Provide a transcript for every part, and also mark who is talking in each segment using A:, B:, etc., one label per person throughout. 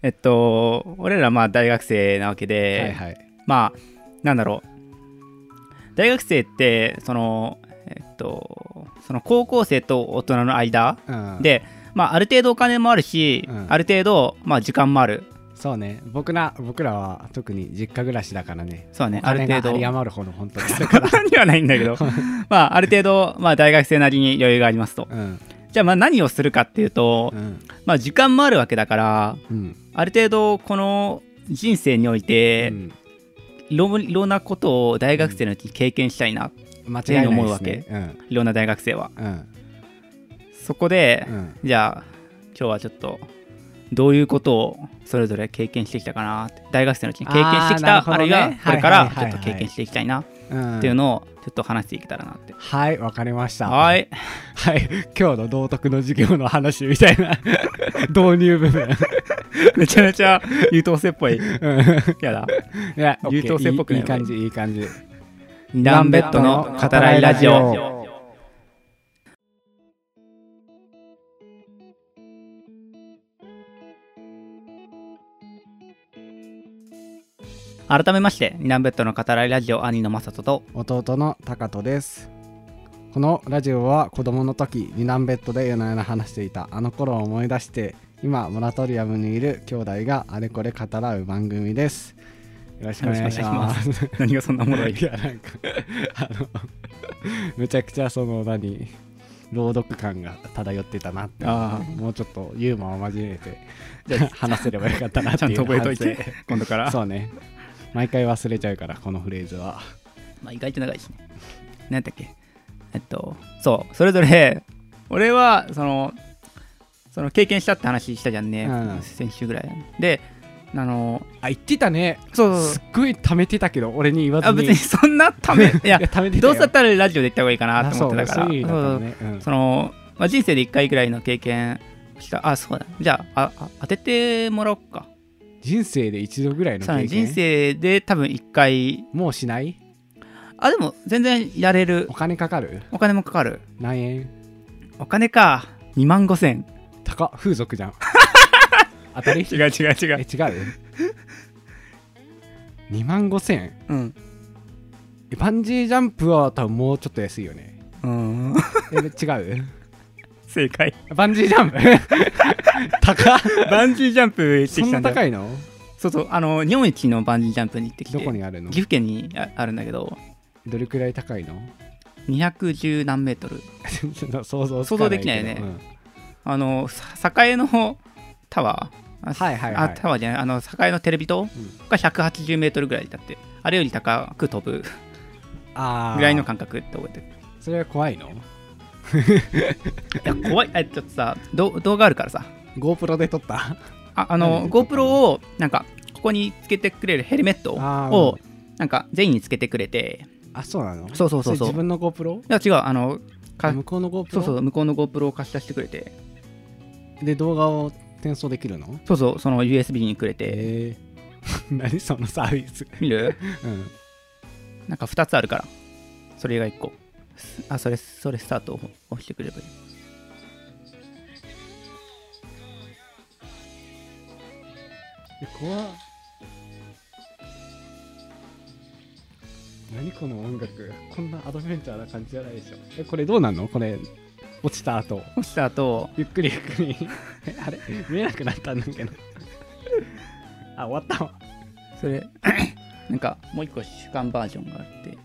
A: えっと、俺らまあ大学生なわけで、
B: はいはい。
A: まあ、なんだろう。大学生って、その、えっと、その高校生と大人の間
B: うん、
A: で、まあ、ある程度お金もあるし、
B: うん
A: ある程度、まあ、時間もある。
B: そうね僕ら僕らは特に実家暮らしだからね
A: そうね、
B: お
A: ある
B: 金が
A: 程
B: 有
A: 度。
B: り余るほど本 当に
A: 簡単にはないんだけど、まあ、ある程度、まあ、大学生なりに余裕がありますと。
B: うん
A: じゃあ、まあ、何をするかっていうと
B: う、ん
A: まあ、時間もあるわけだから、
B: うん
A: ある程度、この人生においうて、
B: ん
A: いろいろなことを大学生のうちに経験したいな、
B: 間違いないです、ね、
A: 思うわけ
B: うん
A: いろんな大学生は。
B: うん
A: そこで、
B: うん
A: じゃあ今日はちょっとどういうことをそれぞれ経験してきたかなって大学生のうちに経験してきたあ
B: あーなるほど
A: るい
B: ね
A: はこれか
B: は
A: ら
B: いはい
A: ちょ
B: はいはい
A: っと経験していきたいなっ
B: うん
A: ていうのをちょっと話していけたらなって、
B: はいわかりました
A: はーい
B: はい今日の道徳の授業の話みたいな 導入 部分
A: めちゃめちゃ優等生っぽい
B: うん
A: やだ
B: いや
A: 優等生っぽく
B: い
A: ない
B: いい感じいい感じ
A: 二段ベッドの語らいラジオ改めまして二段ベッドの語らいラジオ兄の正人と
B: 弟のタカトですこのラジオは子供の時二段ベッドで夜な夜な話していたあの頃を思い出して今モラトリアムにいる兄弟があれこれ語らう番組ですよろしくお願いしますい
A: 何がそんなもろい
B: やなんかあのめちゃくちゃその何朗読感が漂ってたなって
A: あ
B: もうちょっとユーモアを交えて
A: じゃ
B: 話せればよかったなっ
A: ち
B: て
A: ゃ
B: い
A: ん
B: う
A: と覚えとい て今度か
B: 反
A: ら
B: 省そうね毎回忘れちゃうからこのフレーズは
A: まあ、意外と長いしね。なんだっけえっと、そう、それぞれ、俺は、その、その経験したって話したじゃんね、
B: うん
A: 先週ぐらい。で、あの、
B: あ言ってたね
A: そうそうそ
B: す
A: う
B: っごい貯めてたけど俺に言わずに
A: あ別にそんな ため、いや、
B: 貯めてた
A: ど
B: よ
A: うせだったらラジオで行った方がいいかな
B: あ
A: と
B: そ
A: 思
B: う
A: ってたから、
B: そういう意味だったの
A: そう
B: ねうん
A: その、まあ、人生で1回ぐらいの経験した、あ、そうだ、じゃあ、ああ当ててもらおうか。
B: 人生で一度ぐらいの
A: そうだ
B: 経
A: ね、
B: 験
A: 人生で多分1回、
B: もうしない
A: あ、でも全然やれる
B: お。金かかる
A: お金もかかる。
B: 何円
A: お金か、2万5千。
B: 高っ風俗じ ゃん当たり
A: 違う違う違
B: え違う。2万5000円
A: うん。
B: えバンジージャンプは多分もうちょっと安いよね
A: うん。
B: え違う
A: 正解。
B: バンジージャンプ 高っ
A: バンジージャンプ行って
B: そ
A: き
B: ん
A: た
B: なん
A: だよ。
B: 高いの
A: そうそう、あの、日本一のバンジージャンプに行ってきて。
B: どこにあるの
A: 岐阜県にああるんだけど、
B: どれくらい高いの
A: 210何メートル。
B: 想像つかない
A: 想像できないよね
B: けどうん
A: あの、さ栄のタワー。あ
B: はいはいはい
A: あタワーじゃない、あの、栄のテレビ塔
B: ん
A: が180メートルぐらいだって。あれより高く飛ぶ
B: あー
A: ぐらいの感覚って覚えてる。
B: それは怖いの
A: いや、怖い。えちょっとさ、ど動画あるからさ。
B: GoPro で撮った
A: ああ
B: 何
A: の、
B: で撮ったの
A: GoPro を、なんか、ここにつけてくれるヘルメット
B: あー
A: を、なんか、全員につけてくれて、
B: あそうなの
A: そうそうそうそう
B: れ自分の GoPro?
A: いや違うあのか
B: 向こうの GoPro?
A: そうそう向こうの GoPro を貸し出してくれて
B: で動画を転送できるの
A: そうそうその USB にくれて
B: えー、 何そのサービス、
A: 見る
B: うん、
A: なんか2つあるからそれが1個すあそれそれスタートを押してくれればいい
B: え怖っ何この音楽こんなアドベンチャーな感じじゃないでしょえこれどうなんのこれ落ちた後
A: 押した後
B: ゆっくりゆっくり えあれ見えなくなったんだけど あ終わったわ
A: それ なんかもう1個主観バージョンがあって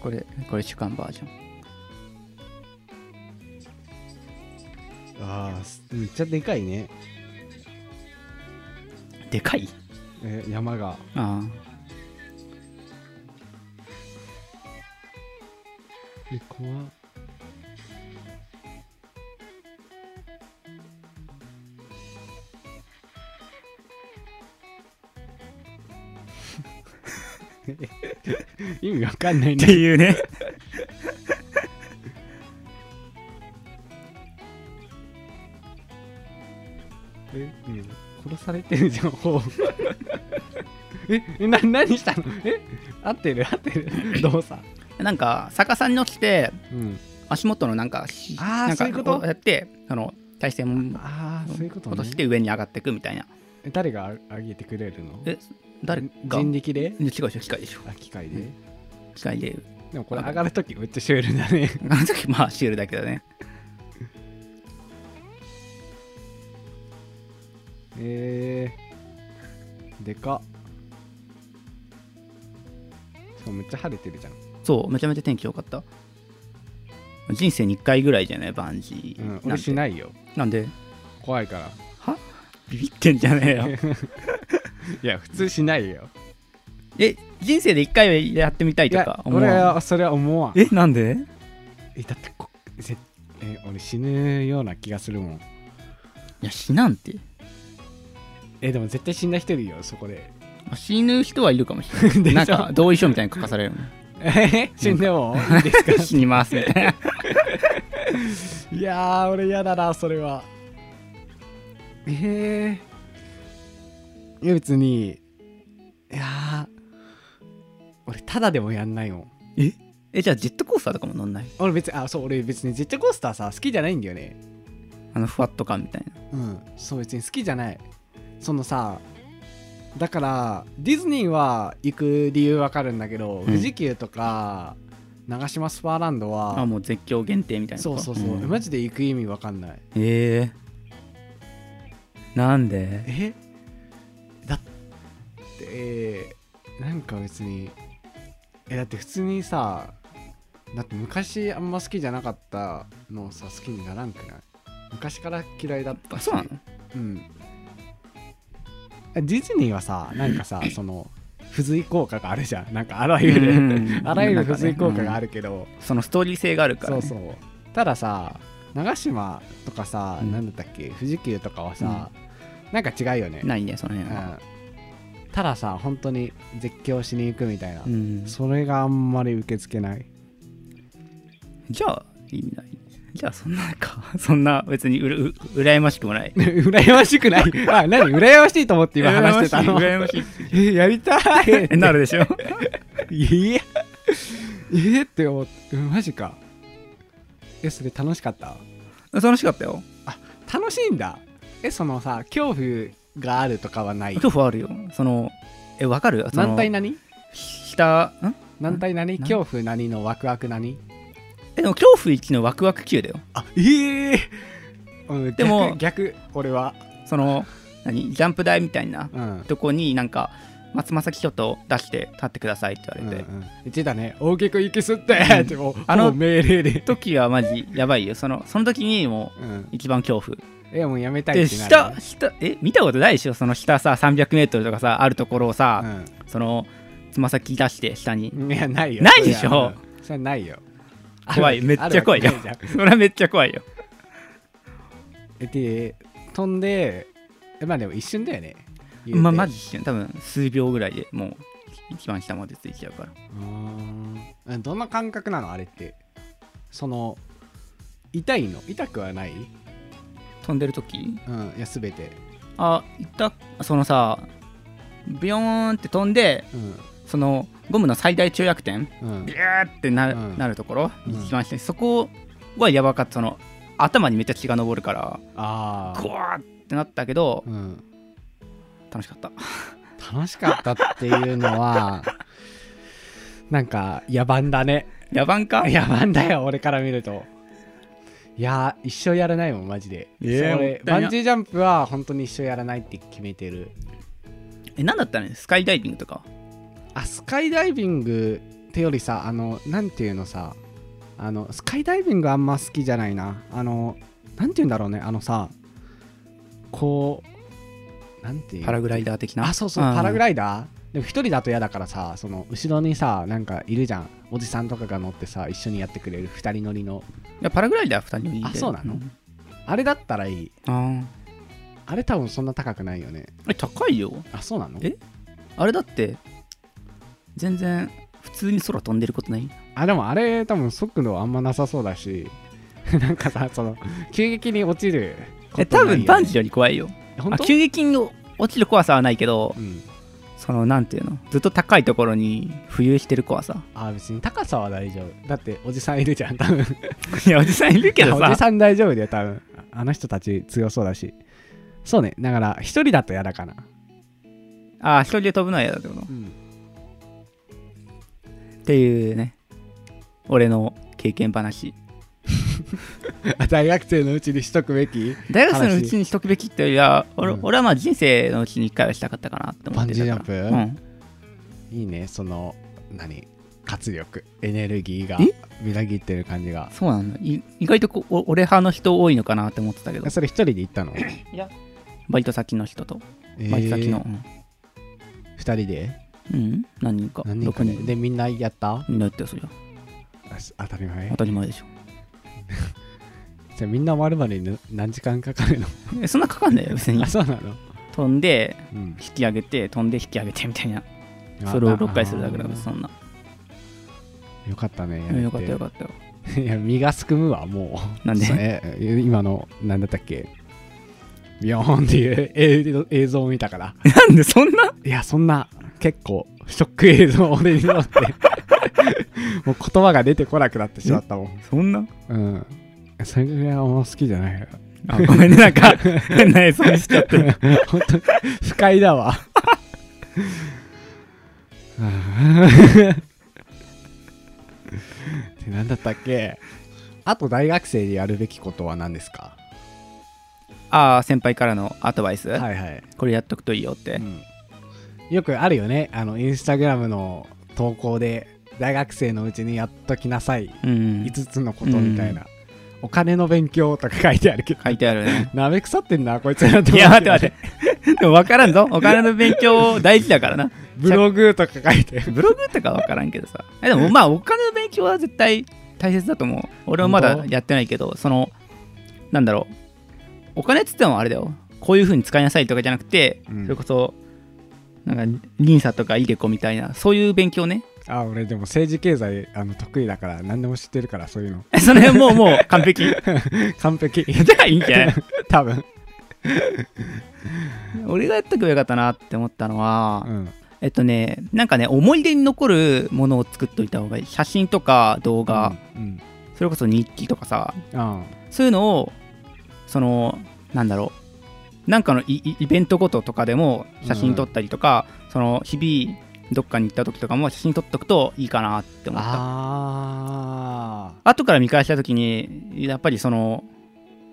A: これこれ主観バージョン
B: あーめっちゃでかいね
A: でかい
B: え山が
A: あ
B: え怖っ 意味わかんない
A: って
B: ね
A: いうね
B: え、うん殺されてるじゃんほう ええな何したのえ合ってる合って る動作
A: なんか逆さに乗って
B: うん
A: 足元のなんかしな
B: あー
A: んか
B: そういうこと
A: こうやってその体勢も
B: あああそういうこと
A: こと
B: ね
A: して上に上がっていくみたいな
B: え誰が上げてくれるの
A: え誰が
B: 人力で
A: 違うでしょ機械でしょ
B: あ機械で、
A: うん機械で
B: でもこれ上がるときめっちゃシュールだね
A: あの時まあシールだけどね
B: えー、でかっしかもめっちゃ晴れてるじゃん、
A: そうめちゃめちゃ天気良かった人生に1回ぐらいじゃないバンジー
B: う
A: なんん、て、
B: 俺しないよ
A: なんで
B: 怖いから
A: はビビってんじゃねえ よ
B: いや普通しないよ
A: え人生で1回はやってみたい
B: い
A: と
B: や
A: か思う
B: 俺はそれは思わん
A: えなんで
B: えだってこぜえ俺死ぬような気がするもん
A: いや死なんて
B: えでも絶対死んだ人いるよそこで
A: あ死ぬ人はいるかもしれな
B: で
A: いなん
B: しょ
A: か同意書みたいに書かされるの
B: え死んでもいい ですか
A: 死にますみたいない
B: やー俺嫌だなそれはえー、いや別にいやー俺ただでもやんないもん
A: えじゃあジェットコースターとかも乗んない
B: 俺別にあそう俺別にジェットコースターさ好きじゃないんだよね
A: あのふわっと感みたいな
B: うんそう別に好きじゃないそのさだからディズニーは行く理由わかるんだけど、
A: ん
B: 富士急とか長島スパーランド
A: あ
B: は
A: もう絶叫限定みたいな
B: そうそうそう、
A: ん
B: マジで行く意味わかんない
A: えー、なんで
B: えだってなんか別にえだって普通にさだって昔あんま好きじゃなかったのをさ好きにならんくない昔から嫌いだった
A: あ
B: し
A: そうなの
B: うんディズニーはさなん かさその付随効果があるじゃんなんかあらゆ
A: う
B: る
A: ん
B: あらゆる付随効果があるけど、
A: そのストーリー性があるから、
B: そ
A: ね、
B: うそうたださ長島とかさ、
A: うん
B: なんだったっけ富士急とかはさ、なんか違うよね
A: ないねその辺は、
B: うんたださ本当に絶叫しに行くみたいな、
A: うん
B: それがあんまり受け付けない
A: じゃあ意味ないじゃあそんなか そんな別にうらう羨ましくもない
B: 羨まし くないあ何羨ましいと思って今話してたの
A: 羨ましい羨ましい
B: えやりたい
A: え なるでしょ
B: いや ええって思ってうんマジかえそれ楽しかった
A: 楽しかったよ
B: 楽しいんだえそのさ恐怖があるとかはない
A: 恐怖あるよそのえわかるその
B: 何対何
A: 下ん
B: 何対何
A: な
B: 恐怖何のワクワク何
A: えでも恐怖1のワクワク9だよ
B: あええうん
A: でも
B: 逆逆俺は
A: その何ジャンプ台みたいな
B: うん
A: とこになんかまつま先ちょっと出して立ってくださいって言われて、
B: うんうん言ってたね大きく息吸って、
A: うん
B: ってもう
A: あの
B: もう命令で、
A: 時はマジやばいよそのその時にもう
B: うん、
A: 一番恐怖
B: えもうやめたい
A: で
B: ってな
A: 下
B: る、ね、
A: 下え見たことないでしょその下さ 300m とかさあるところをさ、そのつま先出して下に
B: うん、いやないよ
A: ないでしょ
B: それはうんそれはないよ
A: 怖いめっちゃ怖いよ
B: あるわけなじゃん
A: それはめっちゃ怖いよ
B: えで飛んでえまあでも一瞬だよね言うて
A: まあマジ一瞬多分数秒ぐらいでもう一番下までついちゃうから
B: うーんどんな感覚なのあれってその痛いの痛くはない
A: 飛んでる時
B: うんいや全て
A: あいたそのさビヨーンって飛んで
B: う
A: そのゴムの最大跳躍点
B: んうん
A: ビューってな,、
B: うん
A: なるところ、
B: うん
A: 一番下にそこはやばかったその頭にめっちゃ血が上るから
B: ああ
A: こわーってなったけど
B: うん
A: 楽しか った
B: 楽しかったっていうのはなんか野蛮だ ね
A: 野蛮か
B: 野蛮だよ俺から見るといやー一生やらないもんマジで、
A: えーも
B: そ
A: っ
B: れ
A: たいない
B: バンジージャンプは本当に一生やらないって決めてる
A: え何だったのスカイダイビングとか
B: あスカイダイビングってよりさあのなんていうのさあのスカイダイビングあんま好きじゃないなあのなんていうんだろうねあのさこうなんていう
A: パラグライダー的な
B: あそうそうパラグ
A: イ
B: ライダーでも一人だと嫌だからさその後ろにさなんかいるじゃんおじさんとかが乗ってさ一緒にやってくれる二人乗りの
A: ダーいやパラグライダー2人乗りで
B: あそうなの
A: ん
B: あれだったらいい
A: あ
B: あれ多分そんな高くないよね
A: ーえ高いよ
B: あそうなの
A: えあれだって全然普通に空飛んでることない
B: あでもあれ多分速度あんまなさそうだし なんかさその急激に落ちる
A: え
B: こと
A: 多
B: ないよね
A: 分バンジーより怖いよ
B: 本
A: あ
B: 当
A: 急激に落ちる怖さはないけど
B: うん
A: そのなんていうのずっと高いところに浮遊してる怖さ
B: あ別に高さは大丈夫だっておじさんいるじゃん多分
A: いやおじさんいるけど
B: おじ
A: さ
B: さん大丈夫だよ多分ああの人たち強そうだしそうねだから一人だと嫌だから、
A: ああ、一人で飛ぶのは嫌だってこと
B: うん、
A: っていうね、俺の経験話。
B: 大学生のうちにしとくべき
A: 大学生のうちにしとくべきっていうよりは、俺,、
B: うん
A: 俺はまあ人生のうちに一回はしたかったかなって思ってたから。
B: バンジージャンいいねその何活力エネルギーがみなぎってる感じが
A: うん、そうなんだ。い意外とこうお俺派の人多いのかなって思ってたけど、
B: それ一人で行っ たの
A: バイト先の人と、バイト先の、
B: えー二人で
A: うん、うん何人か、
B: 何人か
A: 6
B: で
A: 人で。
B: でみんなやった
A: みんなやってよ、そりゃ。
B: 当たり前
A: 当たり前でしょ。
B: じゃあみんな終わるまでに何時間かかるの
A: えそんなかかんないよ、別に
B: あ。そうなの、
A: 飛んで、
B: うん
A: 引き上げて、飛んで引き上げてみたいな。それを6回するだけだから、そんな。
B: よかったねやれ
A: うんよ
B: て
A: かったよかったよ。
B: いや身がすくむわもう
A: なんで
B: そうえ今のなんだったっけビヨーンっていう映像映像を見たから
A: なんでそんない
B: やそんな結構ショック映像俺にとってもう言葉が出てこなくなってしまったもん
A: そんな
B: うんそれぐらいはもう好きじゃないよ
A: あごめんね、なん か、変な演奏しちゃって。
B: 本当に不快だわあーってなんだったっけあと大学生でやるべきことは何ですか
A: ああ、先輩からのアドバイス、
B: はいはい、
A: これやっとくといいよって。
B: うんよくあるよねあのインスタグラムの投稿で大学生のうちにやっときなさい
A: うん。
B: 5つのことみたいな、お金の勉強とか書いてあるけど
A: 書いてあるね。
B: なめくさってんなこいつらと
A: い
B: 思
A: や、待って待って。 でも分からんぞ。お金の勉強大事だからな。
B: ブログとか書いて
A: ブログとか分からんけどさ。えでもまあ、お金の勉強は絶対大切だと思う。俺はまだ
B: 本当
A: やってないけど、その、なんだろう。お金っつってもあれだよ。こういう風に使いなさいとかじゃなくて、
B: うん
A: それこそ、なんか、リンサとかイデコみたいな、そういう勉強ね。
B: あ俺でも政治経済あの得意だから何でも知ってるからそういうの
A: その辺もう、もう完璧。
B: 完璧
A: じゃあいいんじゃない
B: 多分、
A: 俺がやっとけばよかったなって思ったのは、
B: うん、
A: えっとねなんかね思い出に残るものを作っといた方がいい写真とか動画、
B: うん、
A: それこそ日記とかさ
B: うん、
A: そういうのをそのなんだろうなんかのイイイベントごととかでも写真撮ったりとか、その日々どっかに行った時とかも写真撮っとくといいかなって思った
B: あ
A: 後から見返した時にやっぱりその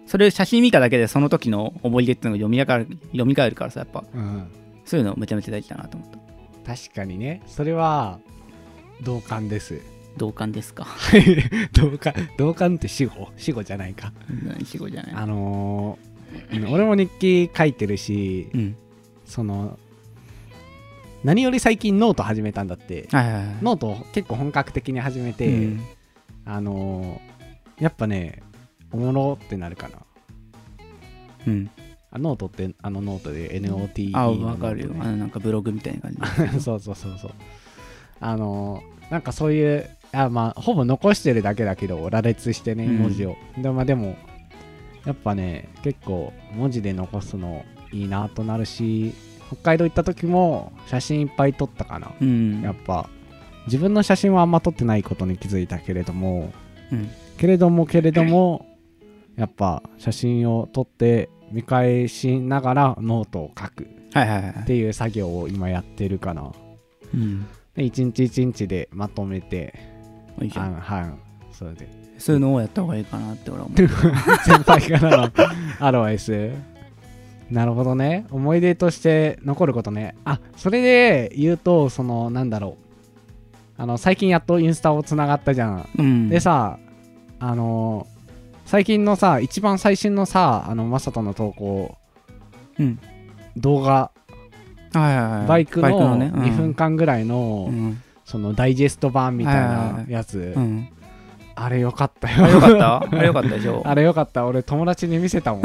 A: それ写真見ただけでその時の思い出っていうのが読み上がる読み返るからさやっぱ
B: ー、うん、
A: そういうのめちゃめちゃ大事だなと思った
B: 確かにねそれは同感です
A: 同感ですか
B: 同感同感って死語死語じゃないか
A: 何しごじゃない
B: あのー俺も日記書いてるし
A: うん
B: その何より最近ノート始めたんだって
A: はいはいはい
B: ノートを結構本格的に始めて、
A: うん
B: あのーやっぱねおもろってなるかな
A: うん、
B: あノートってあのノートで NOT
A: あ分かるよあのなんかブログみたいな感じ
B: そうそうそうそうあのーなんかそういうあまあほぼ残してるだけだけど羅列してね
A: うん
B: 文字を、で,、まあ、でもやっぱね結構文字で残すのいいなとなるし北海道行った時も写真いっぱい撮ったかな、
A: うん
B: やっぱ自分の写真はあんま撮ってないことに気づいたけれども
A: うん
B: けれどもけれどもやっぱ写真を撮って見返しながらノートを書くっ
A: はいはいはい
B: ていう作業を今やってるかな
A: うん
B: で一日一日でまとめて
A: いいじゃ
B: あ
A: ん
B: のはいそれで
A: そういうのをやった方がいいかなって俺は思う
B: 先輩からの アドバイスなるほどね思い出として残ることねあそれで言うとそのなんだろうあの最近やっとインスタをつながったじゃん、
A: うん
B: でさあの最近のさ一番最新のさあのマサトの投稿
A: うん
B: 動画
A: はいはいはい
B: バイクの
A: ねうん
B: 2分間ぐらいうの
A: ん
B: そのダイジェスト版みたい
A: はいはいは
B: ないやつ
A: うん
B: あれよかった
A: あ
B: よ
A: れよかったあれよかったでしょ
B: あれよかった俺友達に見せ たもん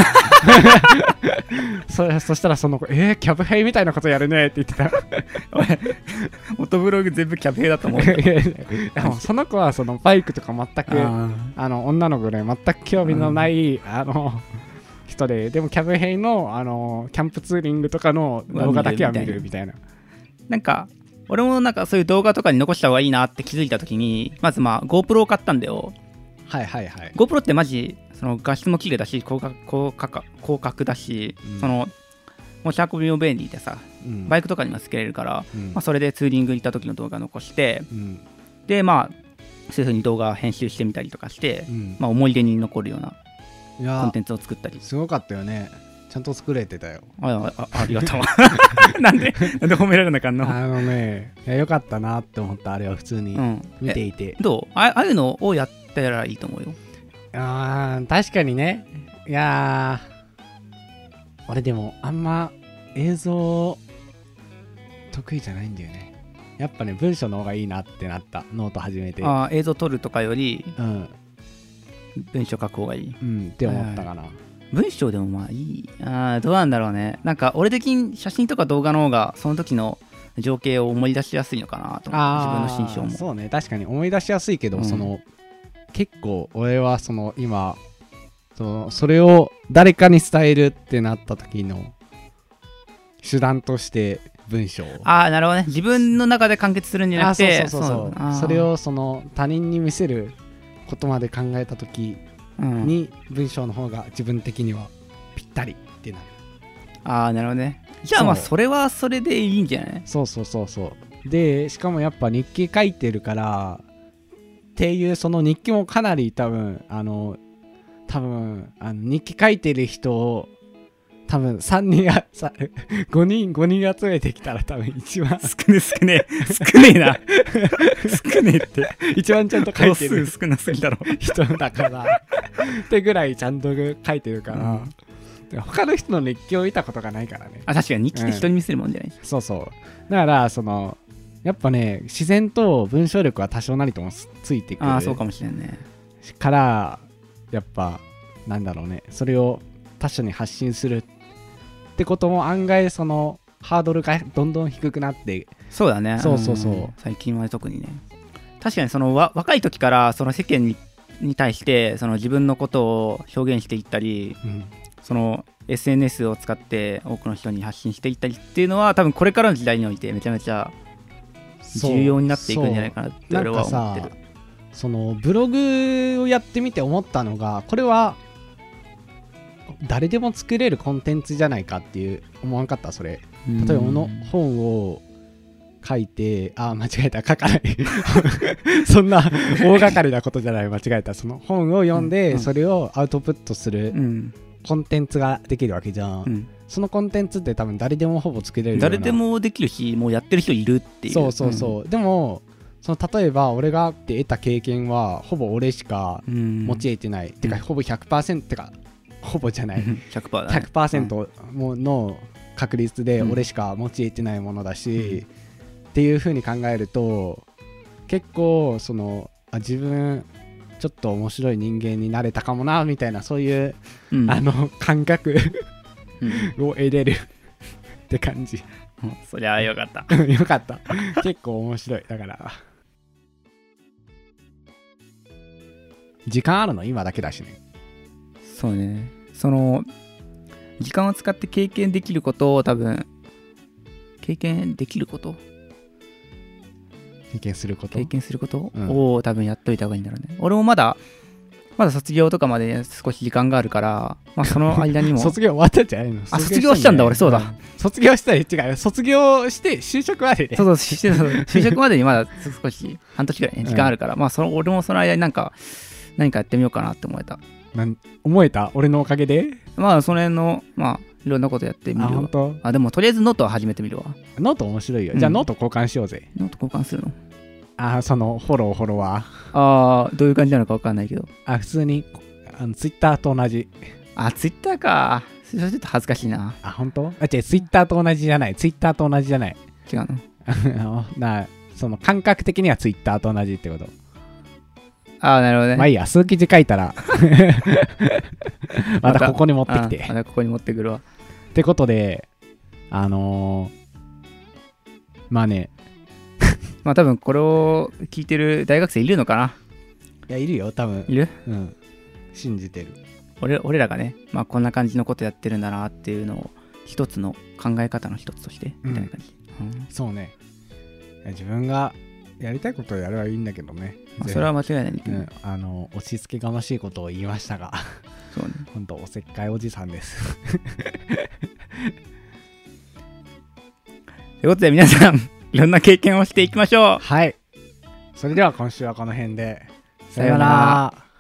B: そそしたらその子「えー、キャブ兵みたいなことやるね」って言ってた
A: 元ブログ全部キャペだと思う
B: いやいやでもその子はそのバイクとか全くあの女の子で全く興味のない、あの人ででもキャブ兵のあのキャンプツーリングとかの動画だけは見るみたいな
A: なんか俺もなんかそういう動画とかに残した方がいいなって気づいた時にまずまあ GoPro を買ったんだよ
B: はいはいはい
A: GoPro ってマジその画質も綺麗だし高角高価格高角だし、
B: うん
A: その持ち運びも便利でさ
B: うん
A: バイクとかにもつけれるから、
B: うん
A: まあ、それでツーリング行った時の動画残して
B: うん
A: でまあそういうふうに動画編集してみたりとかして
B: う、ん
A: まあ、思い出に残るようないコン
B: や
A: テンツを作ったり
B: すごかったよねちゃんと作れてたよ
A: あああありがとう なんでなんで褒められなあかんの、
B: あのねいやよかったなって思ったあれは普通に
A: うん、
B: 見て
A: え
B: いて、
A: どうあああいうのをやったらいいと思うよ
B: あー確かにねいやー俺でもあんま映像得意じゃないんだよねやっぱね文章の方がいいなってなったノート始めて
A: あー映像撮るとかより
B: うん
A: 文章書く方がいい
B: うんって思ったかな、
A: 文章でもまあいいあーどうなんだろうねなんか俺的に写真とか動画の方がその時の情景を思い出しやすいのかなと思う
B: あー
A: 自分の心象も
B: そうね確かに思い出しやすいけど、
A: うん
B: その結構俺はその今そのそれを誰かに伝えるってなった時の手段として文章を
A: ああなるほどね自分の中で完結するんじゃな
B: あ
A: くて
B: そうそうそうそう
A: あー
B: それをその他人に見せることまで考えた時
A: うん
B: に文章の方が自分的にはぴったりってなる
A: ああなるほどねじゃあまあ
B: そう
A: それはそれでいいんじゃない
B: そうそうそうそうでしかもやっぱ日記書いてるからっていうその日記もかなり多分あの多分あの日記書いてる人を多分3人あさ5人5人集めてきたら多分一番
A: 少ね少ね少ねえな少ねえって
B: 一番ちゃんと書いてる
A: 少なすぎだろ
B: 人だからってぐらいちゃんと書いてるから、で他の人の日記を見たことがないからね
A: あ確かに日記って人に見せるもんじゃない、
B: そうそうだからそのやっぱね自然と文章力は多少なりともつついてくる
A: ああそうかもしれんね
B: からやっぱなんだろうねそれを他者に発信するってことも案外そのハードルがどんどん低くなって
A: そうだね
B: そうそうそうん
A: 最近は特にね確かにそのわ若い時からその世間にに対してその自分のことを表現していったり
B: うん
A: その SNS を使って多くの人に発信していったりっていうのは多分これからの時代においてめちゃめちゃ
B: そう
A: 重要になっていくんじゃないかなって
B: な
A: 俺
B: ん
A: は
B: か
A: 思っ
B: さ
A: てる
B: そのブログをやってみて思ったのがこれは誰でも作れるコンテンツじゃないかっていう思わんかったそれ例えばもの
A: うん
B: 本を書いてあー間違えた書かない そんな大掛かりなことじゃない間違えたその本を読ん
A: うんう
B: で
A: ん
B: それをアウトプットする
A: うん
B: コンテンツができるわけじゃん、
A: うん
B: そのコンテンツって多分誰でもほぼ作れるような
A: 誰でもできるしもうやってる人いるっていう
B: そうそうそう、でもその例えば俺が得た経験はほぼ俺しか
A: うん、うん、
B: 持ち得てない、てかほぼ100%てかほぼじゃない
A: 100%だ、ね、
B: 100%もうの確率で
A: うん
B: 俺しか持ち得てないものだし、っていう風に考えると結構そのあ自分ちょっと面白い人間になれたかもなみたいなそういう、
A: うん
B: あの感覚
A: うん
B: を得れるって感じ
A: うんそりゃよかった
B: よかった結構面白いだから時間あるの今だけだしね
A: そうねその時間を使って経験できることを多分経験できること
B: 経験すること
A: 経験すること
B: うん
A: を多分やっといた方がいいんだろうね、俺もまだまだ卒業とかまで少し時間があるから、まあ、その間にも
B: 卒業終わったんじゃないの
A: あ卒業したんだ俺そうだ、
B: う卒業したり違う卒業して就職までね
A: そうそうしそうそう就職までにまだ少し半年ぐ らいね時間あるから、まあその俺もその間になんか何かやってみようかなって思えた
B: なん思えた俺のおかげで
A: まあその辺のまあいろんなことやってみ
B: あ
A: るわ
B: 本当
A: あでもとりあえずノートは始めてみるわ
B: ノート面白いよ、
A: うん
B: じゃあノート交換しようぜ
A: ノート交換するの
B: あそのフォローフォロワ
A: ああどういう感じなのか分かんないけど
B: ーあ普通にあのツイッターと同じ
A: あ、ツイッターか。それちょっと恥ずかしいな。
B: あ本当あ違うツイッターと同じじゃないツイッターと同じじゃない
A: 違うの。
B: あのなその感覚的にはツイッターと同じってこと
A: あなるほどね。
B: まあいいや数記事書い たらまたここに持ってき
A: あ
B: て
A: またここに持ってくるわ。
B: ってことであのーまあね
A: まあ多分これを聞いてる大学生いるのかない
B: やいるよ多分
A: いる
B: うん信じてる
A: 俺俺らがね、まあこんな感じのことやってるんだなっていうのを一つの考え方の一つとして、みたいな感じ。うん
B: そうねいや自分がやりたいことをやればいいんだけどね
A: まあ、
B: ぜ
A: それは間違いないんだ
B: う
A: けど、
B: ん、あの押し付けがましいことを言いましたが
A: そうね。
B: 本当おせっかいおじさんです
A: ということで皆さん いろんな経験をしていきましょう
B: はいそれでは今週はこの辺で
A: さようなら